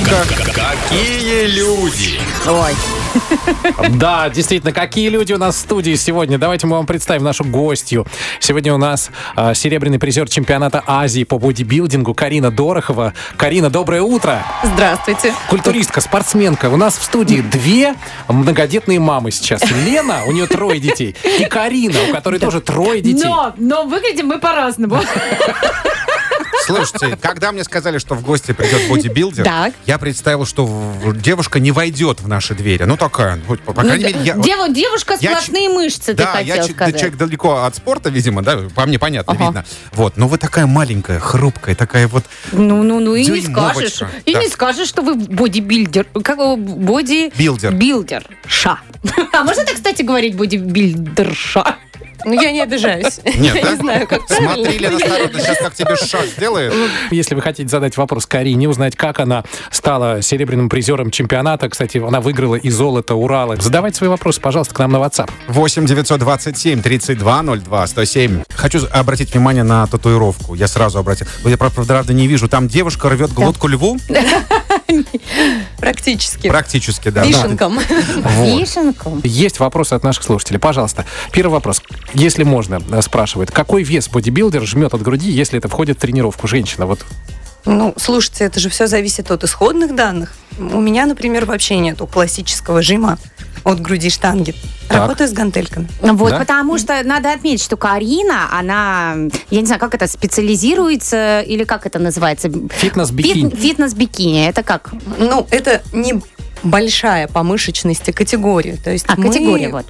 шапках. Какие люди! Ой. Да, действительно, какие люди у нас в студии сегодня. Давайте мы вам представим нашу гостью. Сегодня у нас а, серебряный призер чемпионата Азии по бодибилдингу Карина Дорохова. Карина, доброе утро! Здравствуйте. Культуристка, спортсменка. У нас в студии две многодетные мамы сейчас. Лена, у нее трое детей, и Карина, у которой тоже трое детей. Но, но выглядим мы по-разному. Слушайте, когда мне сказали, что в гости придет бодибилдер, Так. я представил, что в- девушка не войдет в наши двери. Ну, такая, хоть, по по крайней мере, я... Дева- девушка я сплошные мышцы, ты Да, я хотел че- да, сказать. человек далеко от спорта, видимо, да, по мне понятно, Ага. видно. Вот, но вы такая маленькая, хрупкая, такая вот... Ну, ну, ну, и не Дюймовочка, скажешь. И да. не скажешь, что вы бодибилдер. Как его? боди... Билдер. Билдерша. А можно так, кстати, говорить бодибилдерша? Ну, я не обижаюсь. Нет, Я да? не знаю, как правильно. Ну, Смотри, Лена Стародна, сейчас как тебе шаг сделает. Если вы хотите задать вопрос Карине, узнать, как она стала серебряным призером чемпионата, кстати, она выиграла и золото Урала. Задавайте свои вопросы, пожалуйста, к нам на WhatsApp. 8 927 32 02 107. Хочу з- обратить внимание на татуировку. Я сразу обратил. Вот Я, прав- правда, не вижу. Там девушка рвет глотку льву? Практически. Практически, да. Вишенком. Вот. Вишенка. Есть вопросы от наших слушателей. Пожалуйста. Первый вопрос. Если можно, э, спрашивает, какой вес бодибилдер жмет от груди, если это входит в тренировку? Женщина, вот. Ну, слушайте, это же все зависит от исходных данных. У меня, например, вообще нету классического жима от груди штанги. Так. Работаю с гантельками. Вот, Да? потому что надо отметить, что Карина, она, я не знаю, как это, специализируется, или как это называется? Фитнес-бикини. Фит- фитнес-бикини, это как? Ну, это не большая по мышечности категория. То есть А, мы категория, вот.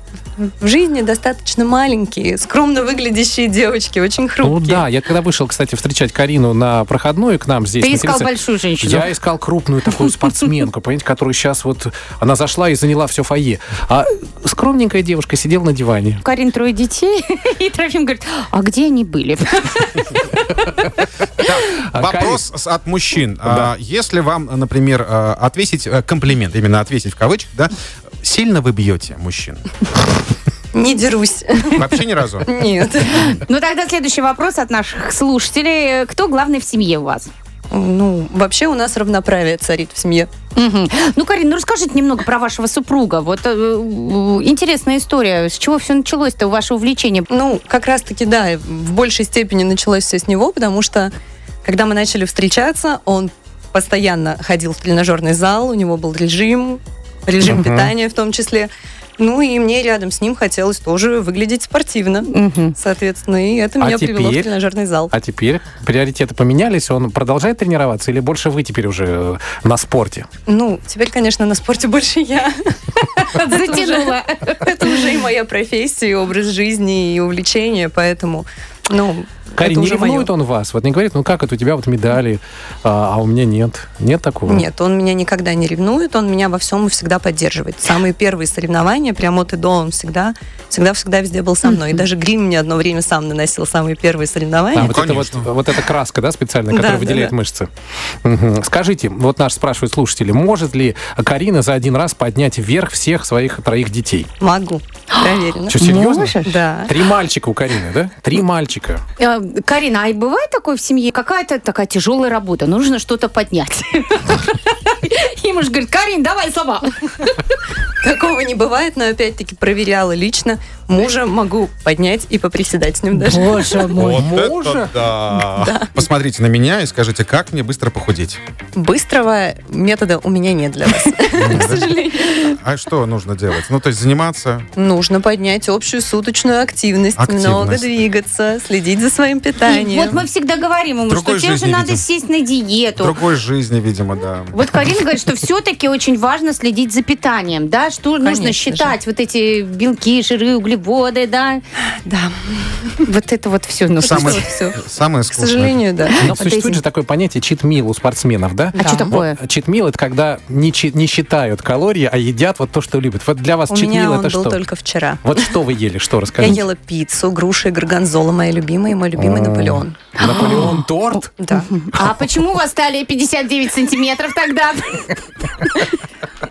в жизни достаточно маленькие, скромно выглядящие девочки, очень Ну хрупкие. да, я когда вышел, кстати, встречать Карину на проходную к нам здесь. Ты на искал территории- большую женщину. Я искал крупную такую спортсменку, понимаете, которую сейчас вот... Она зашла и заняла все фойе. А скромненькая девушка сидела на диване. У Карин трое детей, и Трофим говорит, а где они были? А, Вопрос с- от мужчин. А, Если вам, например, э, отвесить э, комплимент, именно отвесить в кавычках, да, сильно вы бьете мужчин? Не дерусь. Вообще ни разу? Нет. Ну тогда следующий вопрос от наших слушателей. Кто главный в семье у вас? Ну, вообще у нас равноправие царит в семье. Мгм. Ну, Карин, ну расскажите немного про вашего супруга. Вот э, э, интересная история. С чего все началось-то, ваше увлечение? Ну, как раз-таки, да, и в большей степени началось все с него, потому что, когда мы начали встречаться, он постоянно ходил в тренажерный зал, у него был режим, режим Мгм. питания в том числе. Ну и мне рядом с ним хотелось тоже выглядеть спортивно, Мгм. соответственно, и это А меня привело в теперь? тренажерный зал. А теперь приоритеты поменялись, он продолжает тренироваться или больше вы теперь уже э, на спорте? Ну, теперь, конечно, на спорте больше я. Затянула. Это уже и моя профессия, и образ жизни, и увлечение, поэтому, ну, Карин, это не уже моё. ревнует он вас? Вот не говорит, ну как это у тебя вот медали, а, а у меня нет? Нет такого? Нет, он меня никогда не ревнует, он меня во всем и всегда поддерживает. Самые первые соревнования, прям от и до, он всегда, всегда, всегда везде был со мной. И даже грим мне одно время сам наносил самые первые А, соревнования. вот, это вот, конечно. вот эта краска, да, специальная, которая Да, да, выделяет да. мышцы. Мгм. Скажите, вот наш спрашивают слушатели, может ли Карина за один раз поднять вверх всех своих троих детей? Могу, проверено. Что, серьезно? Можешь? Да. Три мальчика у Карины, да? Три мальчика. Э, Карина, а и бывает такое в семье? Какая-то такая тяжелая работа, нужно что-то поднять. И муж говорит, Карин, давай сама. Такого не бывает, но опять-таки проверяла лично. Мужа могу поднять и поприседать с ним даже. Боже Вот мужа? это да! Посмотрите на меня и скажите, как мне быстро похудеть? Быстрого метода у меня нет для вас. К сожалению. А что нужно делать? Ну, то есть заниматься, Нужно поднять общую суточную активность, много Активность. двигаться, следить за своим И вот питанием. мы всегда говорим ему, что Другой тебе же жизни надо видим. сесть на диету. другой жизни, видимо, да. Вот Карина говорит, что все-таки очень важно следить за питанием, да, что нужно Конечно считать, вот эти белки, жиры, углеводы, да, Да, вот это вот все нужно. Самое, вот всё. самое к скучное. сожалению, да. Ну, вот Существует эти- же такое понятие читмил у спортсменов, да? А что Да. такое? Вот Читмил это когда не, чи- не считают калории, а едят вот то, что любят. Вот для вас У меня читмил он это был что? только вчера. Вот что вы ели, что Я расскажите? ела пиццу, груши и горгонзола, моя любимая, и мой любимый О. Наполеон. Наполеон торт? Да. А почему у вас талия 59 сантиметров тогда?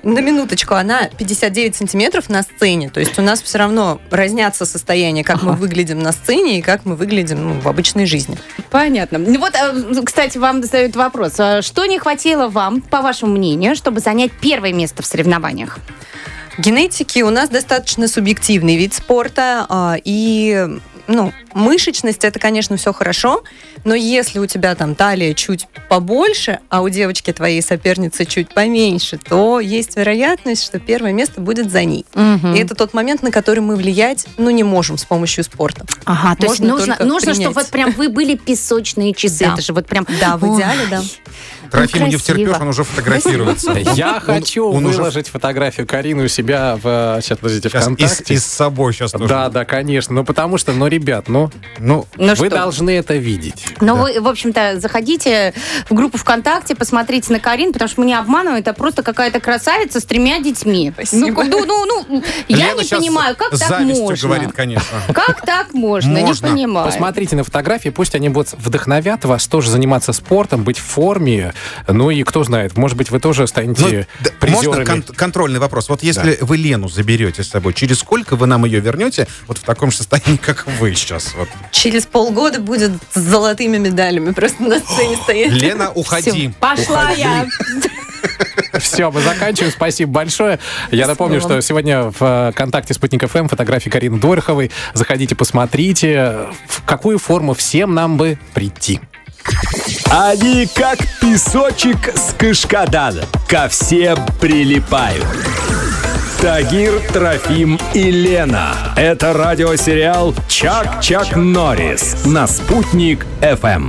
На минуточку, она 59 сантиметров на сцене. То есть у нас все равно разнятся состояния, как мы выглядим на сцене и как мы выглядим ну, в обычной жизни. Понятно. Ну вот, э, кстати, вам задают вопрос. Э, Что не хватило вам, по вашему мнению, чтобы занять первое место в соревнованиях? Генетики у нас достаточно субъективный вид спорта, а, и ну, мышечность это, конечно, все хорошо, но если у тебя там талия чуть побольше, а у девочки твоей соперницы чуть поменьше, то есть вероятность, что первое место будет за ней. И это тот момент, на который мы влиять, ну, не можем с помощью спорта. Ага, то есть можно нужно, только нужно чтобы принять. вот прям вы были песочные часы. Да. Это же вот прям... Да, Ой. в идеале, да. Трофим не красиво. втерпешь, он уже фотографируется. Я Он- хочу он уже выложить фотографию Карины у себя в... э, Сейчас, подождите, щас и с- ВКонтакте. и с собой сейчас тоже. Да, да, конечно. Ну, потому что, ну, ребят, ну, Ну, Ну вы что? должны это видеть. Ну, вы, в общем-то, заходите в группу ВКонтакте, посмотрите на Карин, потому что мы не обманываем, это просто какая-то красавица с тремя детьми. Спасибо. Ну, как- ну, ну, ну, я Лена не щас понимаю, как с так завистью можно? говорит, конечно. Как так можно? Можно. Не понимаю. Посмотрите на фотографии, пусть они вот вдохновят вас тоже заниматься спортом, быть в форме. Ну и кто знает, может быть, вы тоже Ну, станете да, можно призерами. кон- контрольный вопрос? Вот если вы Лену заберете с собой, через сколько вы нам ее вернете вот в таком же состоянии, как вы сейчас? Вот. Через полгода будет с золотыми медалями просто на сцене стоять. Лена, Всё, уходи. пошла Уходи. я. Все, мы заканчиваем. Спасибо большое. Я напомню, что сегодня в э, контакте Спутник ФМ фотографии Карины Дороховой. Заходите, посмотрите, э, в какую форму всем нам бы прийти. Они как песочек с Кашкадана. Ко всем прилипают. Тагир, Трофим и Лена. Это радиосериал «Чак-Чак Норрис» на «Спутник Эм». ФМ».